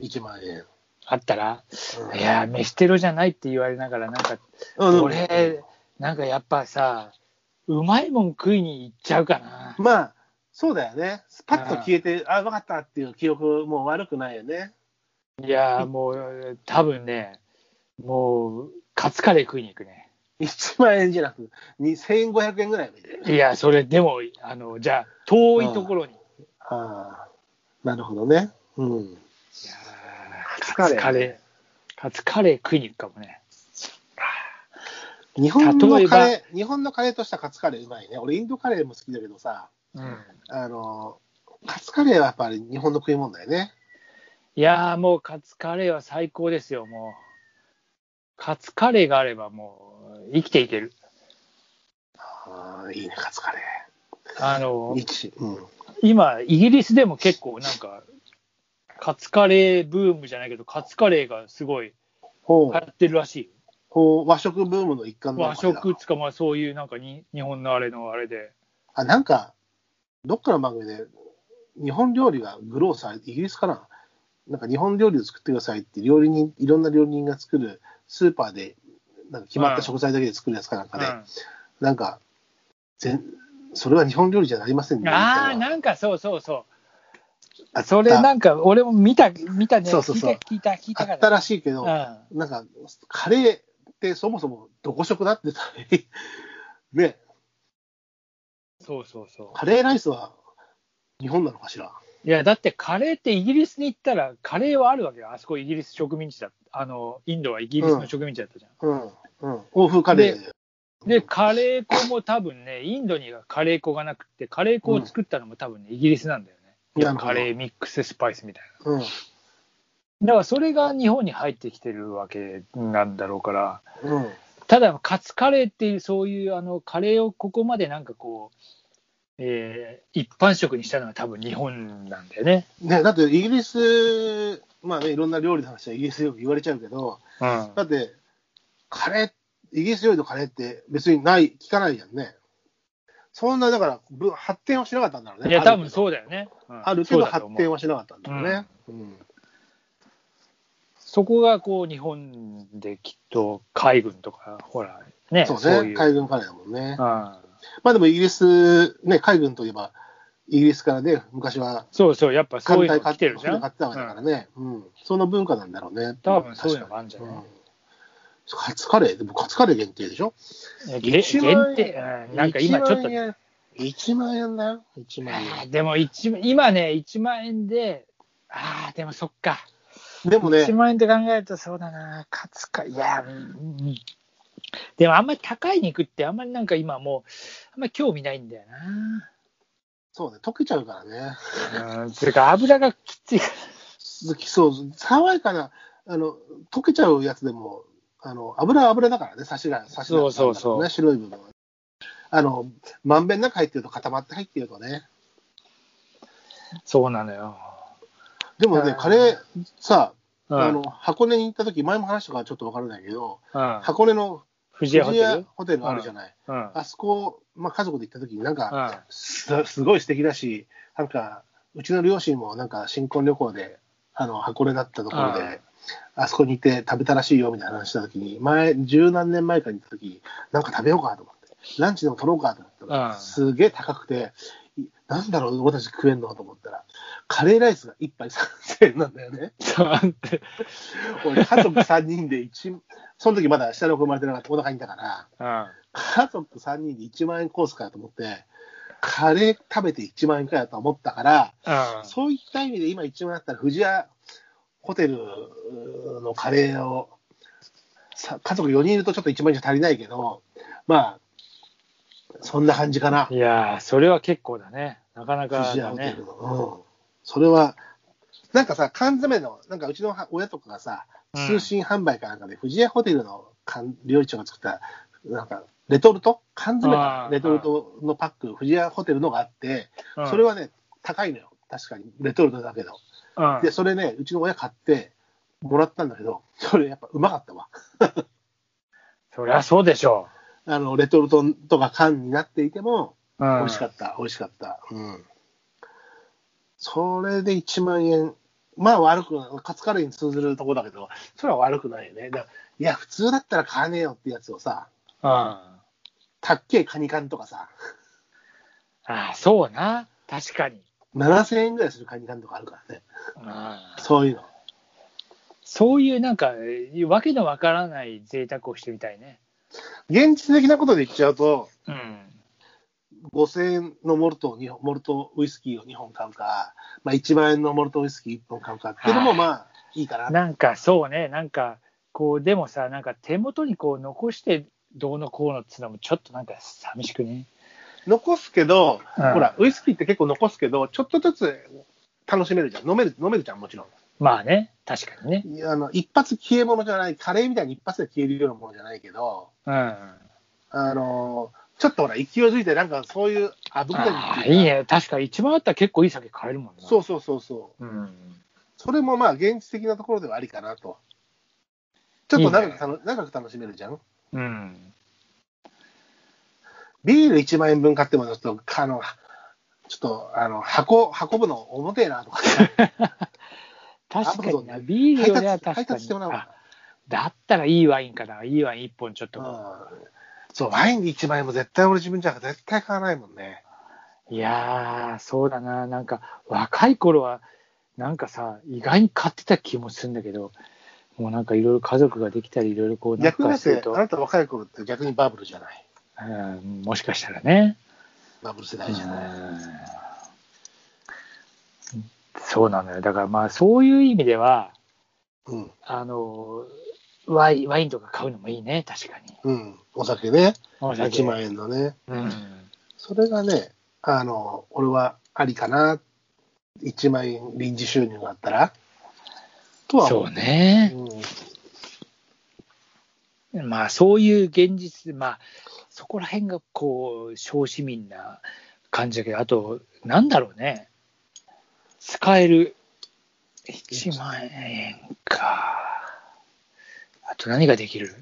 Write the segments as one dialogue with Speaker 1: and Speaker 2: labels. Speaker 1: 1万円。
Speaker 2: あったら、
Speaker 1: うん
Speaker 2: いやー、飯テロじゃないって言われながら、なんか、
Speaker 1: あの
Speaker 2: 俺、なんかやっぱさ、うまいもん食いに行っちゃうかな。
Speaker 1: まあ、そうだよね。パッと消えて、あ、分かったっていう記憶も悪くないよね。
Speaker 2: いやー、もう、多分ね、もう、カツカレー食いに行くね。
Speaker 1: 1万円じゃなく、2500円ぐらいで。
Speaker 2: いや、それ、でも、あの、じゃあ、遠いところに。
Speaker 1: ああ、なるほどね。うん。
Speaker 2: カツカレー。カツカレー食いに行くかもね。
Speaker 1: 日本のカ
Speaker 2: 例
Speaker 1: レー、日本のカレーとしたカツカレーうまいね。俺、インドカレーも好きだけどさ、
Speaker 2: うん。
Speaker 1: あの、カツカレーはやっぱり日本の食い物だよね。
Speaker 2: いやー、もう、カツカレーは最高ですよ、もう。カツカレーがあれば、もう、生きていける。
Speaker 1: ああ、いいね、カツカレ
Speaker 2: あの
Speaker 1: ー。、一、うん。
Speaker 2: 今、イギリスでも結構、なんか、カツカレーブームじゃないけど、カツカレーがすごい
Speaker 1: ほ
Speaker 2: 流行
Speaker 1: う、
Speaker 2: ってるらしいよ。
Speaker 1: ほう和食ブームの一環な
Speaker 2: 和
Speaker 1: のかな
Speaker 2: 食っつうか、まあ、そういうなんかに、日本のあれのあれで。
Speaker 1: あ、なんか、どっかの番組で、日本料理がグローされて、イギリスかななんか日本料理を作ってくださいって、料理人、いろんな料理人が作るスーパーで、なんか決まった食材だけで作るやつかなんかで、なんか、全、それは日本料理じゃありません
Speaker 2: う
Speaker 1: ね。
Speaker 2: ん、ああ、
Speaker 1: みたい
Speaker 2: なんかそうそうそ
Speaker 1: あ
Speaker 2: う。
Speaker 1: った
Speaker 2: それなんか、俺も見た、見たね。
Speaker 1: そうそうそう
Speaker 2: 聞いた、聞いた、聞
Speaker 1: あ
Speaker 2: いた
Speaker 1: った
Speaker 2: から
Speaker 1: しいけど、
Speaker 2: ら。
Speaker 1: なんか、カレーってそもそもどこ食だってさ、 ね、
Speaker 2: うん。そうそうそ
Speaker 1: カレーライスは日本なのかしら。
Speaker 2: う。いや、だってカレーってイギリスに行ったら、カレーはあるわけよ。あそこイギリス植民地だ。あの、インドはイギリスの植民地だったじゃん。
Speaker 1: うん。うん。欧風カレー。
Speaker 2: で、カレー粉も多分ね、インドにはカレー粉がなくて、カレー粉を作ったのも多分ね、イギリスなんだよ
Speaker 1: いや
Speaker 2: ね。カレーミックススパイスみたいな。
Speaker 1: うん。
Speaker 2: だからそれが日本に入ってきてるわけなんだろうから、
Speaker 1: うん。
Speaker 2: ただ、カツカレーっていう、そういうあのカレーをここまでなんかこう、えー一般食にしたのは多分日本なんだよね。
Speaker 1: ね、だってイギリス、まあね、いろんな料理の話はイギリスよく言われちゃうけど、
Speaker 2: うん
Speaker 1: だって、カレー、イギリス料理のカレーって別にない、聞かないじゃんね。そんな、だから、ぶ発展はしなかったんだろうね。
Speaker 2: いや、多分
Speaker 1: う。
Speaker 2: そうだよね。うん
Speaker 1: あるけ
Speaker 2: そう
Speaker 1: ど
Speaker 2: だと
Speaker 1: 発
Speaker 2: 思う
Speaker 1: 展はしなかったんだろうね。うん。
Speaker 2: そこがこう、日本できっと海軍とか、ほら、ね、
Speaker 1: そうね
Speaker 2: いう。
Speaker 1: 海軍カレーだもんね。
Speaker 2: うん
Speaker 1: まあでもイギリス、ね、海軍といえば、イギリスからね、昔は
Speaker 2: そうそう、やっぱそういうの来てるじゃん。
Speaker 1: 買ってたわけだからね。うん。その文化なんだろうね。
Speaker 2: 多分そういうのがあるんじゃない
Speaker 1: 確かにうんカツカレー、でもカツカレー限定でしょ
Speaker 2: うんげ
Speaker 1: 1万円
Speaker 2: 限定、うんなんか今ちょっと
Speaker 1: 1万、円。1万円だよ。1万
Speaker 2: あーでも一今ね、1万円で、ああ、でもそっか。
Speaker 1: 円。でもね
Speaker 2: 1、万円って考えるとそうだな、勝つか、いや、うん、でもあんまり高い肉って、あんまりなんか今もう、あんまり興味ないんだよ
Speaker 1: そうね、溶けちゃうからね。
Speaker 2: な。うん、それから油がきついか
Speaker 1: 好きそう、爽やかな、あの、溶けちゃうやつでも、あの、油は油だからね、差しが、差しが、
Speaker 2: そうそうそう
Speaker 1: ね、白い部分はね。あの、まんべんなく入ってると固まって入ってるとね。
Speaker 2: ら。そうなのよ。
Speaker 1: でもね
Speaker 2: あ、ー
Speaker 1: カレー、さ、
Speaker 2: うん、
Speaker 1: あの、箱根に行った時、前も話したからちょっとわからないけど、
Speaker 2: うん、
Speaker 1: 箱根の
Speaker 2: 藤
Speaker 1: 藤
Speaker 2: 屋ホテル
Speaker 1: 屋ホテルあるじゃない。
Speaker 2: うん。
Speaker 1: あそこ、まあ、家族で行った時になんか、
Speaker 2: うん
Speaker 1: すすごい素敵だし、なんか、うちの両親もなんか新婚旅行で、あの、箱根だったところで、
Speaker 2: うん
Speaker 1: あそこに行って食べたらしいよみたいな話した時に、前、十何年前かに行った時に、なんか食べようかと思って、ランチでも取ろうかと思ったら、
Speaker 2: うん
Speaker 1: すげえ高くて、いなんだろう、俺たち食えんのと思ったら、カレーライスが1杯3000円なんだよね。
Speaker 2: そう
Speaker 1: 俺、家族3人で1、その時まだ下の子生まれてなかった、お腹にいたから、
Speaker 2: うん
Speaker 1: 家族3人で1万円コースかと思って、カレー食べて1万円かやと思ったから、
Speaker 2: うん
Speaker 1: そういった意味で今1万円だったら、富士屋ホテルのカレーを、さ家族4人いるとちょっと1万円じゃ足りないけど、まあ、そんな感じかな、
Speaker 2: いやー、それは結構だね。なかな
Speaker 1: 富
Speaker 2: か
Speaker 1: 士屋
Speaker 2: だ
Speaker 1: ホテ
Speaker 2: ね
Speaker 1: ル。の。うん、それは、なんかさ、缶詰の、なんかうちの親とかがさ、
Speaker 2: うん
Speaker 1: 通信販売かなんかで、富士屋ホテルの缶料理長が作った、なんか、レトルト缶詰
Speaker 2: あ
Speaker 1: か
Speaker 2: ー
Speaker 1: レトルトのパック、富士屋ホテルのがあって、それ
Speaker 2: は、
Speaker 1: はね、高いのよ。確かに。レトルトだけど。
Speaker 2: うん
Speaker 1: で、それね、うちの親買って、もらったんだけど、それやっぱうまかったわ。
Speaker 2: そりゃそうでしょ
Speaker 1: あの、レトルトとか缶になっていても、
Speaker 2: う。うん
Speaker 1: 美味しかった、美味しかった。うん。それで1万円まあ悪くない、カツカレーに通ずるとこだけど、それは悪くないよね。だからいや、普通だったら買わねえよってやつをさ、
Speaker 2: あ
Speaker 1: たっけえカニ缶とかさ、
Speaker 2: あ、そうな。確かに。
Speaker 1: 7000円ぐらいするカニ缶とかあるからね。
Speaker 2: ああ
Speaker 1: そういうの。
Speaker 2: そういうなんか、わけのわからない贅沢をしてみたいね。
Speaker 1: 現実的なことで言っちゃうと、
Speaker 2: うん。
Speaker 1: 5000円のモルトを2本、モルトウイスキーを2本買うか、まあ1万円のモルトウイスキー1本買うかっていうのもまあいいかな。
Speaker 2: なんかそうね、なんかこう、でもさ、なんか手元にこう残してどうのこうのっつうのもちょっとなんか寂しくね。
Speaker 1: 残すけど、
Speaker 2: うん
Speaker 1: ほら、ウイスキーって結構残すけど、ちょっとずつ楽しめるじゃん。飲める、飲めるじゃん、もちろん。
Speaker 2: まあね、確かにね。
Speaker 1: いやあの一発消え物じゃない、カレーみたいに一発で消えるようなものじゃないけど、
Speaker 2: うん。あ
Speaker 1: あのちょっとほら、勢いづいて、なんかそういう、あぶくて
Speaker 2: あ、いい。ね。確か一番あったら結構いい酒買えるもんな。
Speaker 1: そうそうそうそう。
Speaker 2: う。ん。
Speaker 1: それもまあ、現実的なところではありかなと。ちょっと長くたの長く楽しめるじゃん。
Speaker 2: うん。
Speaker 1: ビール1万円分買っても、ちょっと、あの、ちょっと、あの、箱、運ぶの重てえなとか、
Speaker 2: 確かに
Speaker 1: あ
Speaker 2: な、
Speaker 1: そう
Speaker 2: ビール
Speaker 1: 配
Speaker 2: よりは
Speaker 1: 達
Speaker 2: 確
Speaker 1: 配
Speaker 2: か
Speaker 1: 達して
Speaker 2: に。
Speaker 1: もらおう
Speaker 2: あ
Speaker 1: か
Speaker 2: だったらいいワインかな。いいワイン一本ちょっと
Speaker 1: な。
Speaker 2: こ
Speaker 1: うんそう、ワインで1万円も絶対俺自分じゃ絶対買わないもんね。
Speaker 2: う。いやー、そうだな。なんか若い頃は、なんかさ、意外に買ってた気もするんだけど、もうなんかいろいろ家族ができたり、いろいろこう、なん
Speaker 1: 逆に
Speaker 2: か
Speaker 1: だっ
Speaker 2: する
Speaker 1: て、
Speaker 2: と
Speaker 1: あ。なた若い頃って逆にバブルじゃない。
Speaker 2: うんもしかしたらね。
Speaker 1: バブル世代じゃない。
Speaker 2: うんそうなのよ。だからまあそういう意味では、
Speaker 1: うん。
Speaker 2: あの、ワインワインとか買うのもいいね、確かに。
Speaker 1: うん。お酒ね。
Speaker 2: お酒
Speaker 1: 1万円のね。
Speaker 2: うん。
Speaker 1: それがね、あの、俺はありかな。1万円臨時収入があったら。とは思
Speaker 2: そうね。
Speaker 1: う。うん
Speaker 2: まあそういう現実、まあそこら辺がこう、小市民な感じだけど、あと、なんだろうね。使える1万円か。あと何ができる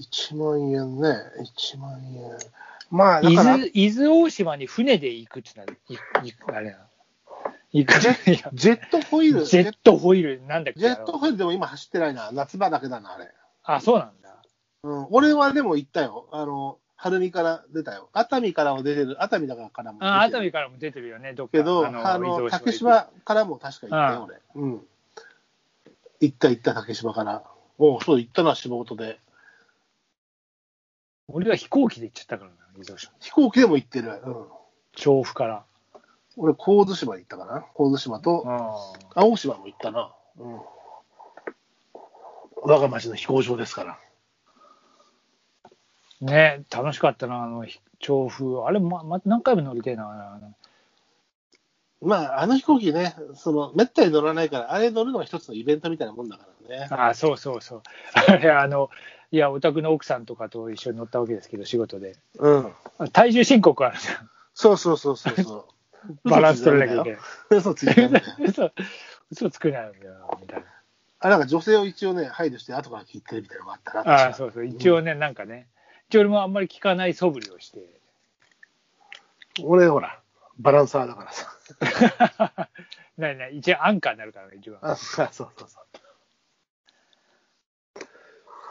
Speaker 1: 1万円ね。1万円。まあ、だ
Speaker 2: 伊
Speaker 1: から、
Speaker 2: 豆伊豆大島に船で行くってなる、いいあれなの。行く
Speaker 1: ジ
Speaker 2: いや
Speaker 1: ジェットホイール。
Speaker 2: ジェットホイール、なんだっけ
Speaker 1: ジェットホイールでも今走ってないな。夏場だけだな、あれ。
Speaker 2: あ、そうなんだ。
Speaker 1: うん。俺はでも行ったよ。あの、晴海から出たよ。熱海からも出てる。熱海だからも出てる。
Speaker 2: あ熱海からも出てるよね、どっか。
Speaker 1: けど、あ
Speaker 2: の
Speaker 1: の、竹。
Speaker 2: 伊豆大島行く
Speaker 1: 芝からも確か行ったよ、俺。うん。行った行った、竹芝から。おうそう、行ったな、仕事で。
Speaker 2: 俺は飛行機で行っちゃったからな、伊豆大島。
Speaker 1: 飛行機でも行ってる。うん。
Speaker 2: 調布から。
Speaker 1: 俺、神津島行ったかな。神津島と、
Speaker 2: あ
Speaker 1: 青島も行ったな。うん。我が町の飛行場ですから。
Speaker 2: あ。ね、楽しかったな、あの、ひ調布。あれ、ま、ま、何回も乗りてえな。
Speaker 1: まあ、あの飛行機ね、その、めったに乗らないから、あれ乗るのが一つのイベントみたいなもんだからね。
Speaker 2: あそうそうそう。 あれ、あの、いや、お宅の奥さんとかと一緒に乗ったわけですけど、仕事で。
Speaker 1: うん。
Speaker 2: あ体重申告あるじゃん。
Speaker 1: そうそうそうそう そう。
Speaker 2: バランス取れなきゃいけない。
Speaker 1: ない。嘘ついてるんだよ。
Speaker 2: 嘘、嘘つくなよ、みたい
Speaker 1: あ、なんか女性を一応ね、配慮して後から聞いてるみたいなのがあった
Speaker 2: な。
Speaker 1: な。
Speaker 2: ああ、そうそう。一応ね、なんかね。一応俺もあんまり聞かない素振りをして。
Speaker 1: 俺、ほら、バランサーだからさ。
Speaker 2: ないない、一応アンカーになるからね、一番。
Speaker 1: あ、そうそうそう。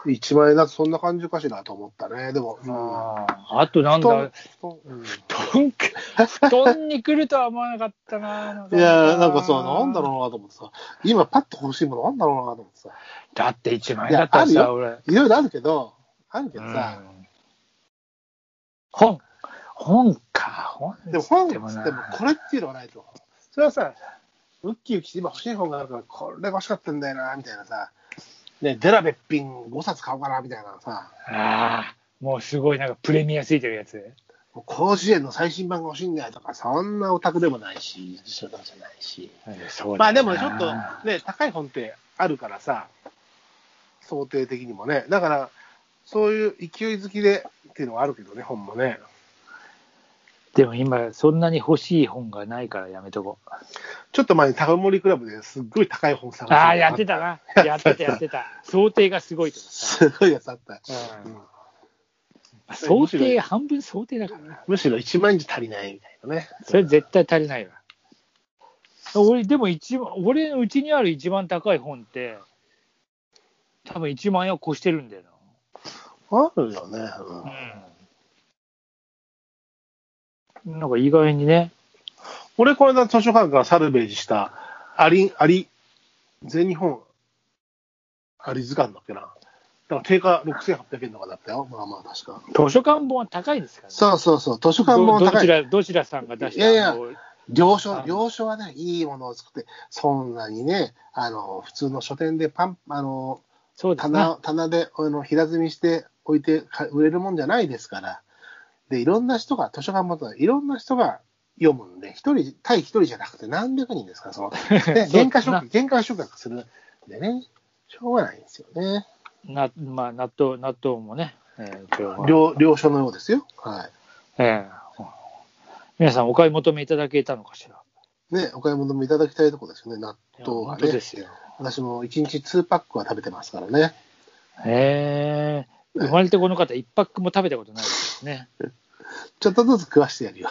Speaker 1: 1万円だとそんな感じかしらと思ったね。でも、
Speaker 2: ああ、あとなん
Speaker 1: 布団
Speaker 2: だ、
Speaker 1: うん
Speaker 2: 布団か、布団に来るとは思わなかったな。
Speaker 1: いやー、なんかさ、なんだろうなと思ってさ、今パッと欲しいものなんだろうなと思ってさ、
Speaker 2: だって一万円だったら
Speaker 1: いやあ
Speaker 2: さ、
Speaker 1: るよ
Speaker 2: 俺。
Speaker 1: いろいろあるけど、あるけ
Speaker 2: う
Speaker 1: どさ、
Speaker 2: ん本、本か、本。
Speaker 1: でも本っ
Speaker 2: で
Speaker 1: つ
Speaker 2: も
Speaker 1: っ
Speaker 2: な
Speaker 1: てもこれっていうのがないと。それはさ、ウッキウキして今欲しい本があるから、これが欲しかったんだよな、みたいなさ、ね、デラべっぴん5冊買おうかな、みたいなさ、
Speaker 2: ああ、もうすごいなんかプレミアついてるやつ。
Speaker 1: もう甲子園の最新版が欲しいんだよとか、そんなオタクでもないし、辞書でもないし。
Speaker 2: そう
Speaker 1: まあ
Speaker 2: だ
Speaker 1: で
Speaker 2: よな
Speaker 1: もちょっとね、高い本ってあるからさ、想定的にもね。だから、そういう勢い好きでっていうのはあるけどね、本もね。
Speaker 2: でも今、そんなに欲しい本がないからやめとこう。
Speaker 1: ちょっと前にタモリクラブですっごい高い本探して
Speaker 2: ああ、やってた。な。やってた、やってた。想定がすごいとかさ。
Speaker 1: すごいやつあった。うん
Speaker 2: 想定、半分想定だからな。
Speaker 1: むしろ1万円じゃ足りないみたいなね。
Speaker 2: それ絶対足りないわ。俺、でも一番、俺のうちにある一番高い本って、多分1万円を越してるんだよ
Speaker 1: あるよね。
Speaker 2: な。うん。なんか意外にね、
Speaker 1: 俺、これだ図書館からサルベージした、アリ、アリ、全日本、アリ図鑑だっけな。だから定価6800円とかだったよ。まあまあ、確か。
Speaker 2: 図書館本は高いですからね。
Speaker 1: そうそうそう。図書館も
Speaker 2: どど
Speaker 1: 高
Speaker 2: ち
Speaker 1: い。
Speaker 2: ら、どちらさんが出した
Speaker 1: いやいや
Speaker 2: あの
Speaker 1: 領書
Speaker 2: あ、の
Speaker 1: 領書はね、いいものを作って、そんなにね、あの、普通の書店でパン、あの、
Speaker 2: そうですね。
Speaker 1: 棚、棚で、あの、平積みして置いてか売れるもんじゃないですから。で、いろんな人が、図書館もそうだいろんな人が読むんで、一人、対一人じゃなくて何百人ですから、そ の、ね、
Speaker 2: そう
Speaker 1: 原価
Speaker 2: です
Speaker 1: 償
Speaker 2: な
Speaker 1: 却、原価償却するんでね、しょうがないんですよね。
Speaker 2: な、まあ、納豆、納豆もね、えー今日は
Speaker 1: 了了承のようですよ。は
Speaker 2: ええ皆さんお買い求めいただけたのかしら。
Speaker 1: い。ね、お買い物もいただきたいところですよね、納豆
Speaker 2: 本
Speaker 1: が
Speaker 2: 当で
Speaker 1: ね。
Speaker 2: すよ。
Speaker 1: 私も1日2パックは食べてますからね。
Speaker 2: ええ生まれてこの方、一パックも食べたことないですね。
Speaker 1: ちょっとずつ食わしてやるよ。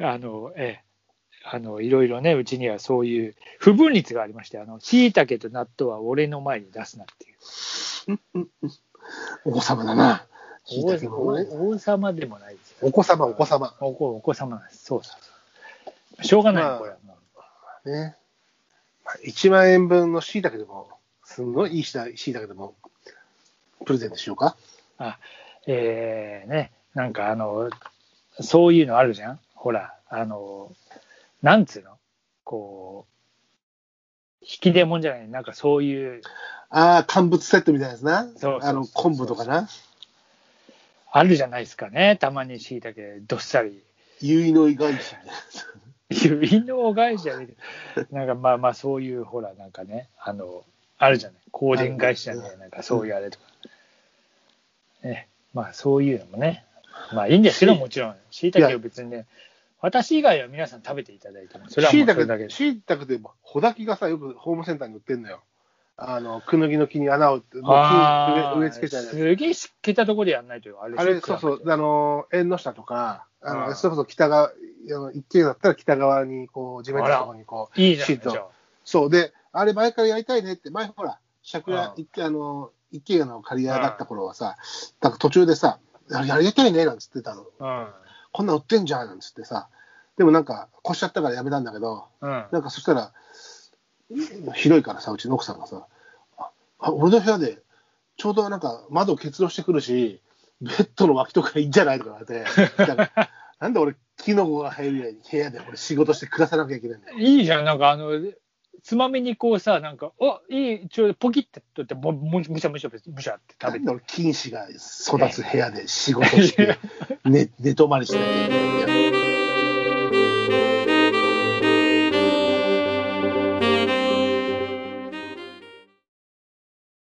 Speaker 2: あの、ええあの、いろいろね、うちにはそういう不分率がありまして、あの、椎茸と納豆は俺の前に出すなっていう。
Speaker 1: お子様だな。椎
Speaker 2: 王
Speaker 1: 茸もね
Speaker 2: 王王様でもないですよ
Speaker 1: お子様、お子様。
Speaker 2: お子お子様なんです。そうそうそう。しょうがない
Speaker 1: ま
Speaker 2: の、
Speaker 1: あ
Speaker 2: これはもう。
Speaker 1: ね。まあ1万円分の椎茸でも、すんごいいい椎茸でも、プレゼントしようか。
Speaker 2: あ、えー、ね、なんかあの、そういうのあるじゃんほら、あの、なんつうのこう、引き出物じゃない、なんかそういう、
Speaker 1: ああ、乾物セットみたいなやつな。
Speaker 2: そうそうそう
Speaker 1: あの、昆布とかな。
Speaker 2: あるじゃないですかね。たまに椎茸どっさり。
Speaker 1: 結いのいがいしみたいな。
Speaker 2: 指の返しじゃねえけどなんかまあまあそういう、ほら、なんかね、あの、あるじゃない。香典返しじゃねえ、なんかそういうあれとか。ね、まあそういうのもね。まあいいんですけど、もちろん。椎茸を別にね、私以外は皆さん食べていただいても、それはも
Speaker 1: 椎
Speaker 2: うそれだけ
Speaker 1: 茸、
Speaker 2: です。
Speaker 1: 椎茸でも、ほだきがさ、よくホームセンターに売ってんのよ。あの、クヌギの木に穴を打って、もう木
Speaker 2: あ
Speaker 1: に
Speaker 2: あ、
Speaker 1: 植え植え付けちゃうやつ。
Speaker 2: すげえ湿気たところでやんないとよ。あれ、
Speaker 1: あれ、そうそ
Speaker 2: ショックなん
Speaker 1: う、
Speaker 2: だ
Speaker 1: あの、縁の下とか、あ
Speaker 2: あ
Speaker 1: の、
Speaker 2: ー
Speaker 1: それこそ北側、あの一軒家だったら北側に、こう、地面のところにこう、
Speaker 2: けどいいじゃ
Speaker 1: シ
Speaker 2: ん
Speaker 1: ート
Speaker 2: じゃあ
Speaker 1: そうで、あれ前からやりたいねって、前ほら、借家、
Speaker 2: うん
Speaker 1: 一軒あの、一軒家の借り屋だった頃はさ、なんか途中でさ、あれやりたいねなんつってたの。こんなん売ってんじゃんなんつってさ、でもなんか、越しちゃったからやめたんだけど、
Speaker 2: うん。うん。
Speaker 1: なんかそしたら、広いからさ、うちの奥さんがさ、あ俺の部屋で、ちょうどなんか窓結露してくるし、ベッドの脇とかいいんじゃないとか言われて、なんかなんで俺、キノコが入るように部屋で俺仕事して暮らさなきゃいけないんだよ。
Speaker 2: いいじゃん、なんかあの、つまみにこうさ、なんか、あいい、ちょ、ポキって取って、も、も、むしゃむしゃ、むしゃって食べて。
Speaker 1: なんで俺、菌糸が育つ部屋で仕事して、寝、寝泊まりしないといけない。